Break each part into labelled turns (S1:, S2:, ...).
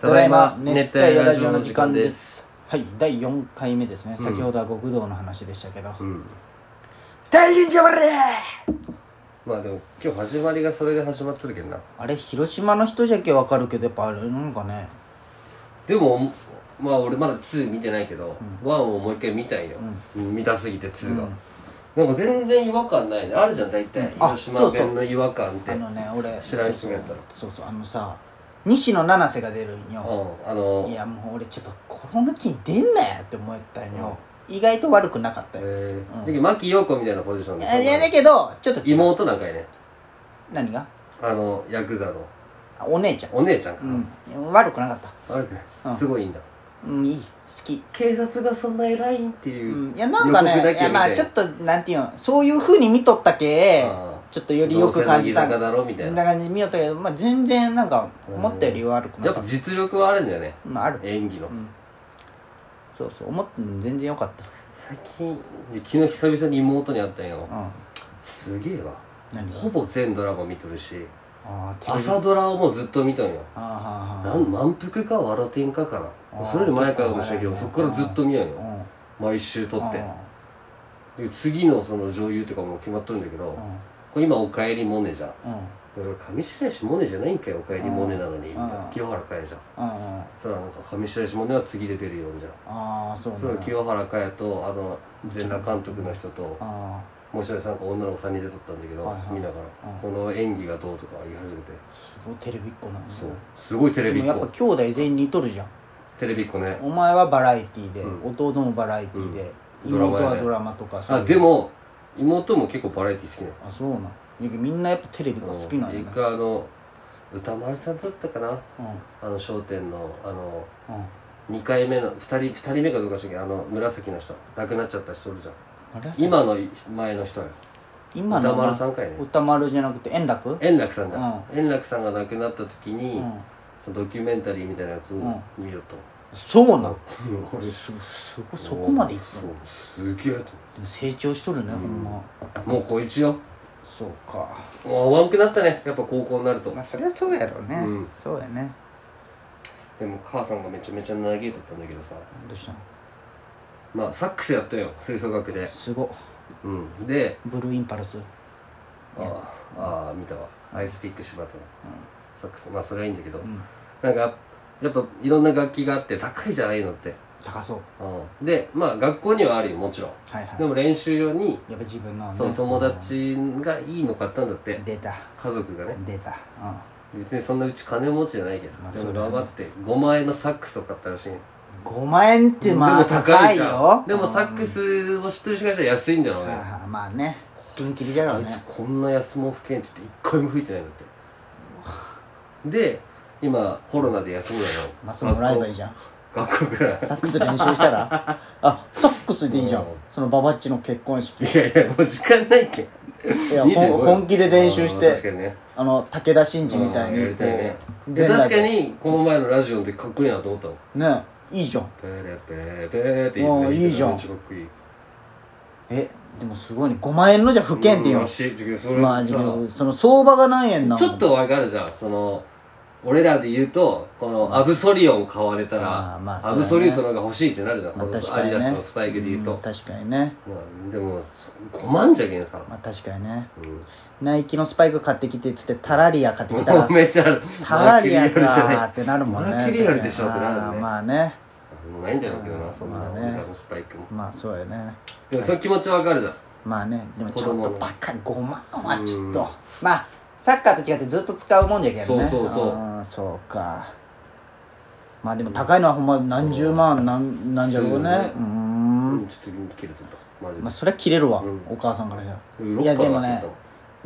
S1: ただいま
S2: 熱帯夜ラジオの時間ですはい第4回目ですね、
S1: うん
S2: 先ほどは極道の話でしたけど
S1: うん
S2: 「大臣じゃばれ!」
S1: まあでも今日始まりがそれで始まっとるけんな
S2: あれ広島の人じゃけわかるけどやっぱあれなんかね
S1: でもまあ俺まだ2見てないけど、1をもう一回見たいよ、見たすぎて2が、なんか全然違和感ないねあるじゃん大体、
S2: あ
S1: 広島弁の違和感って
S2: あ
S1: うん
S2: のね俺
S1: 知らん人がやったら
S2: そうそうそうそうあのさ西野七瀬が出るんよ、
S1: あの
S2: いやもう俺ちょっとこの気に出んなやって思ったんよ、意外と悪くなかったよ、
S1: え
S2: うん
S1: ー次牧陽子みたいなポジションでしょ
S2: あいやだけどちょっと違う
S1: 妹なんかやね
S2: 何が
S1: あのヤクザの
S2: あお姉ちゃん
S1: お姉ちゃんかな、
S2: うん悪くなかった
S1: 悪く
S2: う
S1: なんいすごいんだ
S2: うんいい好き
S1: 警察がそんな偉いんっていう、
S2: うんいやなんか
S1: 予告
S2: ね
S1: だ
S2: い
S1: け
S2: やまあ
S1: み
S2: ち
S1: た
S2: ょ
S1: い
S2: っとなんていうのそういうふうに見とったけ
S1: あー
S2: ちょっとよりよく感じた
S1: どうせ乃木坂だろみたいな
S2: だからね見よったけど、まあ、全然なんか思ったより悪く
S1: や
S2: な
S1: っ
S2: か
S1: ぱ
S2: った
S1: 実力はあるんだよね
S2: まあある
S1: 演技の、
S2: うんそうそう思ったの全然良かった
S1: 最近で昨日久々に妹に会ったんよ
S2: うん
S1: すげえわ
S2: 何が
S1: ほぼ全ドラマ見とるし
S2: ああテレビ
S1: 朝ドラをもうずっと見とんよ
S2: ああああああ
S1: なん満腹かわろてんかか
S2: あー
S1: なそれより前からかもしれんけど
S2: 結
S1: そ
S2: 構
S1: っからずっと見よん
S2: う
S1: よ
S2: ん
S1: 毎週撮って
S2: うん
S1: で次のその女優とかも決まっとるんだけど
S2: う
S1: これ今「おかえりモネ」じゃん
S2: んうん
S1: で俺上白石モネじゃないんかよ「おかえりモネ」なのにみたい
S2: うん
S1: な清原かやじゃん
S2: うんうん
S1: そしたらなんか上白石モネは次出てるよみたいな
S2: ああそう
S1: それは清原かやとあの全裸監督の人と
S2: あ
S1: もう一人なんか女の子3人で撮ったんだけど、
S2: はいはい
S1: 見ながら、
S2: うん
S1: この演技がどうとか言い始めて、
S2: あすごいテレビっ子なんだね
S1: そうすごいテレ
S2: で
S1: ビ
S2: も
S1: っ
S2: やっぱ
S1: 子
S2: 兄弟全員似とるじゃん
S1: テレビっ子ね
S2: お前はバラエティーで、
S1: う
S2: 弟もバラエティーで、
S1: うん
S2: 妹
S1: ドラマや
S2: は
S1: ね
S2: ドラマとかそうい
S1: あ
S2: う
S1: でも妹も結構バラエティ好きな
S2: あそうなんいやみんなやっぱテレビが
S1: の
S2: 好きなんや
S1: 一
S2: ね
S1: 回あの歌丸さんだったかな
S2: うん
S1: あの『笑点』のあの
S2: うん
S1: 2回目の2人二人目かどうかしらんけどあの紫の人亡くなっちゃった人おるじゃん
S2: あれはさ
S1: 今の前の人よ
S2: 今の
S1: 歌丸さんかいね
S2: 歌丸じゃなくて円楽うん
S1: 円楽さんだ、円楽さんが亡くなった時に、そのドキュメンタリーみたいなやつを見ようと、
S2: そうなん
S1: 俺
S2: すすごいそこまでいった
S1: そう
S2: の
S1: すげえと
S2: でも成長しとるね、ほんま
S1: もう高一よ
S2: そうか
S1: もう合わんくなったねやっぱ高校になると
S2: まあそりゃそうやろうね、
S1: うん
S2: そうやね
S1: でも母さんがめちゃめちゃ嘆いてたんだけどさ
S2: どうしたの
S1: まあサックスやったよ吹奏楽です
S2: ごっ
S1: うんで
S2: ブルーインパルス
S1: あああ見たわアイスピック柴田の、サックスまあそれはいいんだけど、
S2: ん
S1: なんかやっぱいろんな楽器があって高いじゃないのって、
S2: 高そう
S1: うん、でまあ学校にはあるよもちろん
S2: はいはい
S1: でも練習用に
S2: やっぱ自分のね
S1: そう友達がいいの買ったんだって
S2: 出た
S1: 家族がね
S2: 出たうん
S1: 別にそんなうち金持ちじゃないけどさ、
S2: まあ
S1: で
S2: そう
S1: も
S2: だよね
S1: 頑張って5万円のサックスを買ったらしいの
S2: 5万円って
S1: で
S2: まあ
S1: も
S2: 高い
S1: じゃん
S2: よ
S1: でもサッ
S2: うん
S1: クスを知ってる人からしたら安いんだろうね
S2: ああまあねピンキリじゃろ
S1: あ
S2: う
S1: い
S2: ね
S1: つこんな安物吹けんって言って一回も吹いてないんだってで今コロナで休みだよ
S2: まあそれもらえばいいじゃん
S1: 学校学校ぐらい
S2: サックス練習したらあサックスでいいじゃん
S1: うん
S2: そのババッチの結婚式
S1: いやいやもう時間ないけん
S2: いや
S1: 25
S2: ほん
S1: よ
S2: 本気で練習し
S1: あー確か
S2: て
S1: にね
S2: あの武田真治みたい
S1: うんや
S2: に
S1: りたいね
S2: こう
S1: で
S2: 全裸
S1: 確か
S2: で
S1: にこの前のラジオでかっこいいなと思ったの
S2: ねいいじゃん
S1: ペレペレペレって
S2: あ
S1: 言
S2: ー
S1: って
S2: いいじゃん
S1: めっちゃかっこいい
S2: えでもすごいね5万円のじゃ不健って
S1: う
S2: 言
S1: ん
S2: う
S1: らしいけどそれ
S2: まあじゃあその相場が何円なの
S1: ちょっとわかるじゃん、その、俺らで言うと、このアブソリオン買われた
S2: あー
S1: ら、
S2: まあ
S1: アブソリュートの方が欲しいってなるじゃん、
S2: まあ
S1: その
S2: 確
S1: ア
S2: か
S1: デ
S2: に
S1: ィ
S2: ね
S1: ダスのスパイクで言うと。
S2: うん確かにね
S1: まあ、でも、そ5万じゃけんさ。
S2: まあ確かにね
S1: うん
S2: ナイキのスパイク買ってきてっつってタラリア買ってきた
S1: も
S2: ら
S1: うめっちゃある。
S2: タラリア
S1: マーキュリアルじゃない
S2: かってなるもんね
S1: マーキュリアルでしょってなる
S2: あ
S1: よ
S2: ー
S1: ね。
S2: まあね
S1: もうないんじゃないけどな、そん
S2: ま
S1: な
S2: あね
S1: 俺らのスパイクも。
S2: まあそうやね
S1: でも、その気持ちわかるじゃん。
S2: まあねでもちょっとバカ5万はちょっ
S1: う
S2: とまあサッカーと違ってずっと使うもんじゃけどね
S1: そうそうそう
S2: あーそうかまあでも高いのはほんま何十万なんなんじゃろう
S1: そ
S2: ね
S1: う
S2: う
S1: ね
S2: ーん
S1: うん、ちょっと切れちゃった。マジで
S2: まあ。それは切れるわ、
S1: うん
S2: お母さんからした
S1: 売
S2: ら
S1: ろ
S2: い
S1: っか
S2: や
S1: なって言
S2: でも
S1: った
S2: ね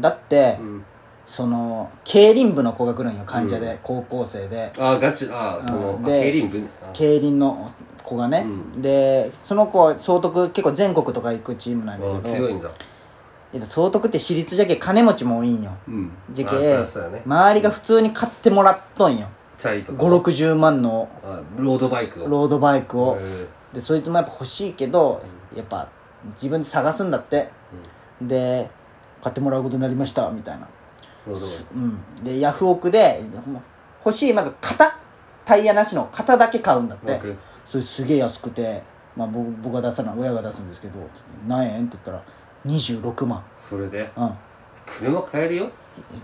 S2: だって、
S1: うん
S2: その競輪部の子が来るんよ患者で、高校生で
S1: あー、ガチ、あー、その、
S2: うん
S1: あ
S2: で
S1: 競輪部ね。あ
S2: 競輪の子がね、
S1: うん
S2: でその子は総督結構全国とか行くチームなんだ
S1: ー
S2: けど
S1: 強いんだ。
S2: やっぱ総督って私立じゃけ金持ちも多いんよ
S1: うん。
S2: じゃ
S1: あ
S2: け
S1: そうやそうやね。
S2: 周りが普通に買ってもらっとんよ
S1: チャリとか。
S2: 560万の
S1: あロードバイクを。
S2: ロードバイクを
S1: へ
S2: でそいつもやっぱ欲しいけどやっぱ自分で探すんだってで買ってもらうことになりましたみたいな
S1: ーロードバイ
S2: うんでヤフオクで欲しいまず型タイヤなしの型だけ買うんだっ
S1: わ
S2: て
S1: かる
S2: それすげえ安くて、まあ、僕僕が出さない親が出すんですけどつって何円って言ったら26万
S1: それで
S2: うん
S1: 車買えるよ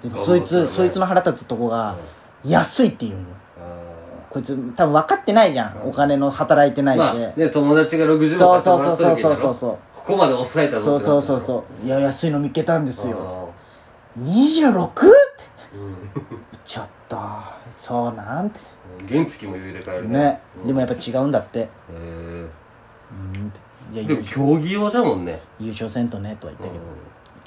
S2: でも
S1: あ
S2: そい
S1: そう
S2: つ
S1: だね
S2: そいつの腹立つとこが安いって言うんよ
S1: あ
S2: こいつ多分分かってないじゃんお金の働いてな
S1: ーま
S2: い
S1: あ
S2: で、
S1: ね友達が60
S2: そう
S1: 万
S2: そう
S1: 買
S2: そ
S1: っ
S2: う
S1: ても
S2: そ
S1: ら
S2: う
S1: った時だろ
S2: そうそうそう
S1: ここまで抑えた
S2: そ
S1: ぞ
S2: うそうそう
S1: う
S2: そういや安いの見っけたんですよ
S1: よ
S2: 26? ってちょっとそうなんて
S1: 原付も余裕で買える
S2: ね
S1: うん
S2: でもやっぱ違うんだって
S1: へー
S2: うんってじゃあ
S1: で
S2: 優
S1: も
S2: 勝
S1: 競技用じゃもんね
S2: 優勝せんとねとは言ったけ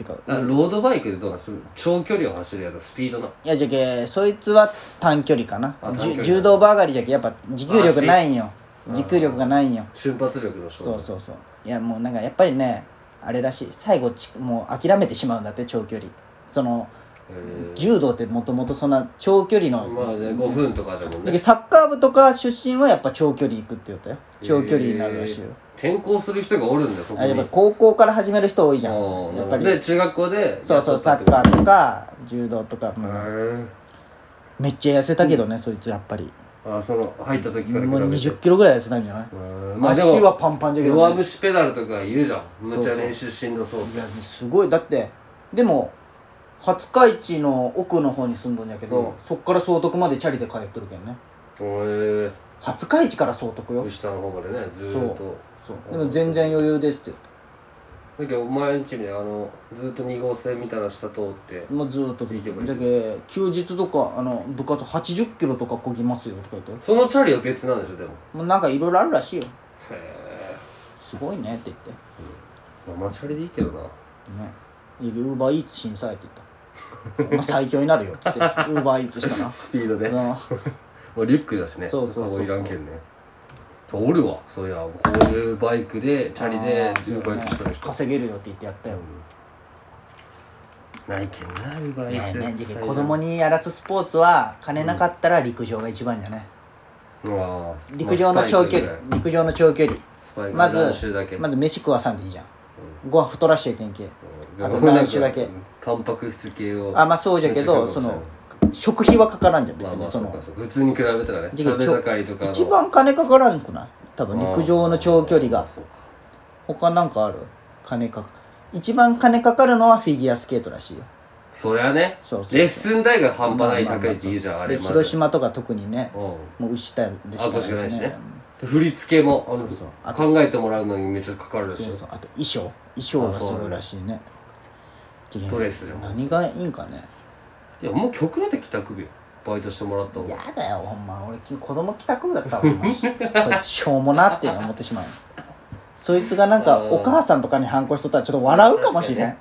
S2: ど、てか
S1: あロードバイクでどうなんする長距離を走るやつはスピードない
S2: やじゃけそいつは短距離かな
S1: あ短距
S2: じゅ
S1: 離
S2: 柔道ばかりじゃけやっぱ持久力ないんよ持久力がないんよ
S1: 瞬発力の勝負
S2: そうそうそういやもうなんかやっぱりねあれらしい最後ちもう諦めてしまうんだって長距離その
S1: へー
S2: 柔道ってもともとそんな長距離の、
S1: まあね5分とかでも
S2: じゃけ
S1: ね
S2: サッカー部とか出身はやっぱ長距離行くって言ったよ長距離になるらしいよ、
S1: 転校する人がおるんだよそこ
S2: あ
S1: に
S2: やっぱ高校から始める人多いじゃん
S1: うん
S2: やっぱ
S1: で
S2: り
S1: 中学校で
S2: そうそうサッカーとか柔道とか、もう
S1: ー
S2: めっちゃ痩せたけどね、そいつやっぱり
S1: あその入った時から
S2: も
S1: 比
S2: う2
S1: べて
S2: 0キロぐらい痩せたんじゃない、
S1: うんまあで
S2: 足は
S1: も
S2: パンパンじゃけど、
S1: 弱虫ペダルとか言うじゃんむ
S2: そう
S1: ち
S2: そ
S1: ゃ
S2: う
S1: 練習しんどそう
S2: いやすごいだってでも廿日市の奥の方に住んどんやけど、
S1: うん
S2: そっから総督までチャリで通っとるけんね
S1: へえ
S2: 廿日市から総督よ
S1: 下の方までねずーっと
S2: でも全然余裕ですって言って
S1: だけど毎日みたいなあのずーっと2号線みたいな下通って
S2: もうずーっとずっ
S1: 行けばい
S2: と
S1: い
S2: だけ休日とかあの部活8 0キロとかこぎますよとか言って
S1: そのチャリは別なんでしょでも
S2: もうなんかいろいろあるらしいよ
S1: へえ
S2: すごいねって言って
S1: ママチャリでいいけどな
S2: ねウーバーイーツ審査やって言った、まあ、最強になるよっ つってウーバーイーツしたな
S1: スピードで
S2: そ
S1: も
S2: の
S1: うリュックだしね
S2: そうそうそうそう
S1: カゴいらんけんねおるわそういやこういうバイクでチャリで
S2: あー
S1: ウーバーイーツしてる人
S2: 稼げるよって言ってやったよ、
S1: ないけんなウーバー
S2: い
S1: イ
S2: や
S1: ーツ
S2: ね、じゃけ子供にやらすスポーツは金なかったら陸上が一番じゃね、
S1: あー
S2: 陸上の長距離陸上の長距離
S1: スパイク
S2: ま
S1: が
S2: ず
S1: 何周だけ
S2: まず飯食わさんでいいじゃん、ご飯太らしちゃいけんけ
S1: うん
S2: あと
S1: でも
S2: 何周だけ
S1: なんかタンパク質系を
S2: あまあそうじゃけど
S1: めっち
S2: そ
S1: ゃ食うかもしれない
S2: の食費はかからんじゃん別
S1: まあま
S2: に
S1: あ
S2: そ
S1: そう
S2: の
S1: かそうか普通に比べたらね
S2: じゃ
S1: 食
S2: け
S1: べ
S2: ちょ
S1: 盛りとかの
S2: 一番金かからんくない多分陸上の長距離
S1: あー
S2: が
S1: そうか
S2: 他なんかある金かか一番金かかるのはフィギュアスケートらしいよ
S1: そりゃね
S2: そうそうそう
S1: レッスン代が半端ない
S2: まあまあま
S1: 高
S2: あ
S1: いって言うじゃんあれ
S2: で
S1: まず
S2: 広島とか特にね
S1: うん
S2: もう牛田でし
S1: あ
S2: か
S1: こしかないしね
S2: うん
S1: で振り付けもあの
S2: そうそうあと
S1: 考えてもらうのにめっちゃかかるでし
S2: そうそ
S1: ょ
S2: うあと衣装衣装がするらしいね
S1: ドレスでも
S2: 何がいいんかね
S1: いやもう極論で帰宅日よバイトしてもらった方
S2: や
S1: が
S2: だよほんま俺子供帰宅部だったわほんまこいつしょうもなって思ってしまうそいつがなんか
S1: うん
S2: お母さんとかに反抗しとったらちょっと笑うかもしれん、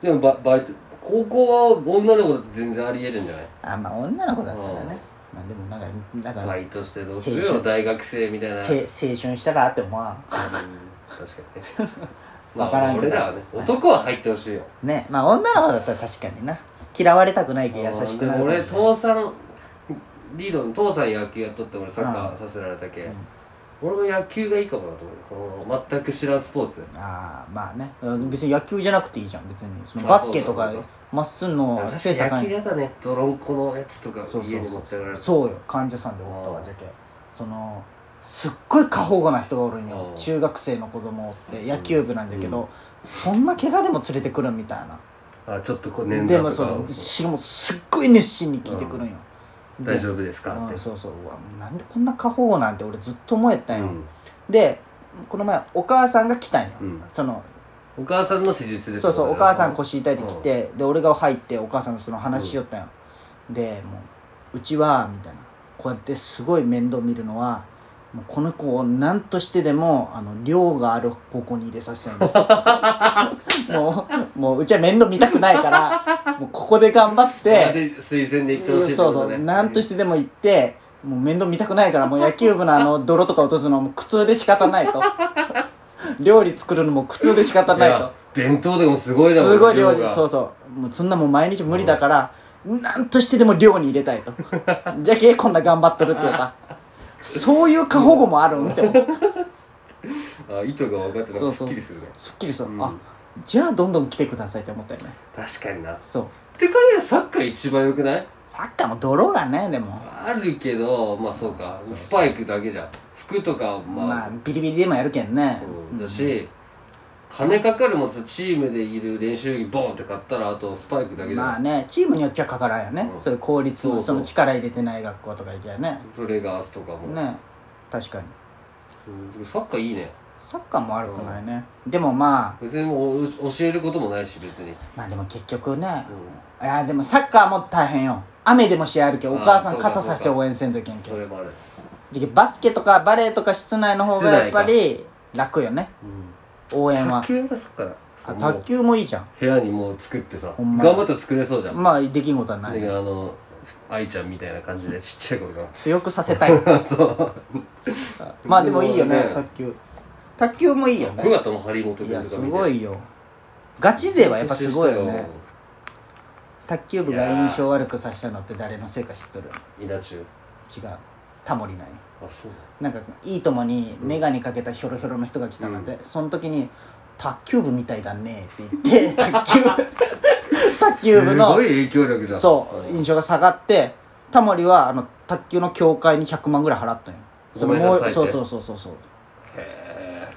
S1: でもババイト高校は女の子だって全然ありえるんじゃない
S2: あまあ女の子だったらね、まあでもなんかなんか、
S1: バイトしてどうする
S2: 青
S1: よ
S2: 春
S1: 大学生みたいな
S2: せ青春したらって思わん
S1: 確かに ねま
S2: わから
S1: あ
S2: んけど
S1: 俺らはね男は入ってほしいよ
S2: ねまあ女の子だったら確かにな嫌われたくないけ優しくな
S1: でも
S2: るかもしれ
S1: 俺
S2: ん
S1: 父さんリードの父さん野球やっとって俺サッカーさせられたけ、
S2: うん
S1: 俺も野球がいいかもなと思うこの全く知らんスポーツ
S2: ああまあね別に野球じゃなくていいじゃん別にその
S1: あ
S2: バスケと
S1: そう
S2: か
S1: そうそう
S2: まっすんの背
S1: 私
S2: 高
S1: 野
S2: い
S1: 球やだね泥んこのやつとか
S2: そう
S1: 家
S2: そう
S1: に持
S2: そ
S1: ってられ
S2: う
S1: る
S2: そうよ患者さんでおった
S1: う
S2: わ
S1: ん
S2: じゃけそのすっごい過保護な人がおるんよ
S1: うん
S2: 中学生の子供おって野球部なんだけ
S1: う
S2: どそんな怪我でも連れてくるみたいな
S1: あちょっとこう年代
S2: で
S1: と
S2: も
S1: か
S2: そうしかもすっごい熱心に聞いてくるんよ
S1: 大丈夫ですかっ
S2: う
S1: て
S2: んそうそううわなんでこんな過保護なんて俺ずっと思えたん
S1: う
S2: よ
S1: ん
S2: でこの前お母さんが来たんよ
S1: うん
S2: その
S1: お母さんの手術です
S2: そうそうお母さん腰痛いって来て、で俺が入ってお母さんのその話しよったんよ、でもううちはみたいなこうやってすごい面倒見るのはもうこの子を何としてでもあの量がある高校に入れさせたいんで すもうもううちは面倒見たくないからもうここで頑張っ
S1: で
S2: て
S1: で推薦で行ってほしいって
S2: そ
S1: こ
S2: うそ
S1: とね
S2: う何としててでも行ってもう面倒見たくないからもう野球部のあ の泥とか落とすのも苦痛で仕方ないと料理作るのも苦痛で仕方
S1: い
S2: ないと
S1: や弁当でもすごいだもん
S2: すごい量に
S1: が
S2: そうそうもうそんなもう毎日無理だから、なんとしてでも量に入れたいと じゃけこんな頑張っとるって言うかそういう過保護もあるんって思う
S1: あ意図が分かってなん
S2: そ
S1: か
S2: う
S1: す
S2: そう
S1: っきりするね
S2: すっきりそう、
S1: うん
S2: あじゃあどんどん来てくださいって思ったよね
S1: 確かになっ
S2: そう
S1: て考えたらサッカー一番良くない
S2: サッカーも泥がねでも
S1: あるけどまあそうかスパイクだけじゃん服とかまあ、
S2: まあビリビリでもやるけんね
S1: そうだし、金かかるもんさチームでいる練習着ボンって買ったらあとスパイクだけじゃん、
S2: まあねチームによっちゃかからんよね、
S1: うん
S2: そういう効率
S1: そうそ
S2: の
S1: う
S2: その力入れてない学校とか行けばね
S1: トレガースとかも、
S2: ね確かに
S1: うんでもサッカーいいね
S2: サッカーも悪くないね、でもま
S1: 別にもうお教えることもないし別に、
S2: あまあでも結局ね
S1: う、ん
S2: いやでもサッカーも大変よ雨でも試合あるけどお母さ
S1: あ
S2: ん
S1: ーそうか
S2: 傘さして応援せんといけんけ
S1: それもある、
S2: じゃけバスケとかバレーとか室内の方がやっぱり楽よね応援は
S1: 卓球はサッカーだ
S2: あ
S1: もう
S2: 卓球もいいじゃん
S1: 部屋にもう作ってさ、
S2: んま
S1: 頑張って作れそうじゃん、
S2: まあできんことはない、
S1: であの愛ちゃんみたいな感じでちっちゃい頃か
S2: 強くさせたい
S1: らそう
S2: まあでもいいよね
S1: ね
S2: 卓球卓球もいいよ
S1: 久
S2: ね
S1: 我とも張本君と
S2: い
S1: か
S2: や
S1: 見て
S2: すごいよガチ勢はやっぱすごいよね卓球部が印象悪くさせたのって誰のせいか知っとる
S1: 稲中
S2: 違うタモリなんよ
S1: あそうだ
S2: なんかいいともに眼鏡かけたひょろひょろの人が来たなんて、その時に「卓球部みたいだね」って言って 卓球部卓球部
S1: す
S2: の
S1: ごい影響力じゃん
S2: そう印象が下がってタモリはあの卓球の協会に100万ぐらい払ったんよそれ
S1: ごめんなさいって
S2: そうそうそうそうそう
S1: へ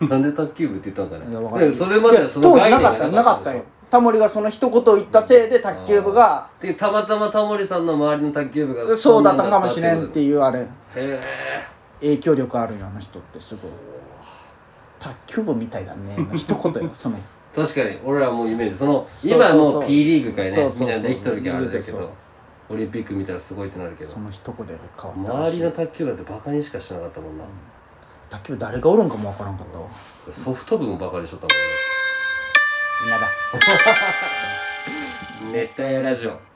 S1: え なんで卓球部って言ったんか
S2: い
S1: ね
S2: やわかんない
S1: でそれまではその
S2: いや当時なか
S1: 概念
S2: った
S1: が
S2: なかったよタモリがその一言を言ったせいで卓球部が
S1: でたまたまタモリさんの周りの卓球部が
S2: そうだったんかもしれんって
S1: へ
S2: いうあれ
S1: え
S2: 影響力あるよあの人ってすごい卓球部みたいだねの一言よその
S1: 確かに俺らもうイメージその
S2: そうそう
S1: 今はもう P リーグかい
S2: そ
S1: ね
S2: うそう
S1: み
S2: そ
S1: ん
S2: う
S1: なできとるけどあれだけ
S2: そうそう
S1: どオリンピック見たらすごいってなるけど
S2: その一言で変わったら
S1: 周
S2: し
S1: り
S2: い
S1: の卓球部なんてバカにしかしてなかったもんな
S2: 卓球部誰がおるんかもわからんかったわ
S1: ソフト部もバカにしとったもんね
S2: 稲田
S1: 熱帯夜ラジオ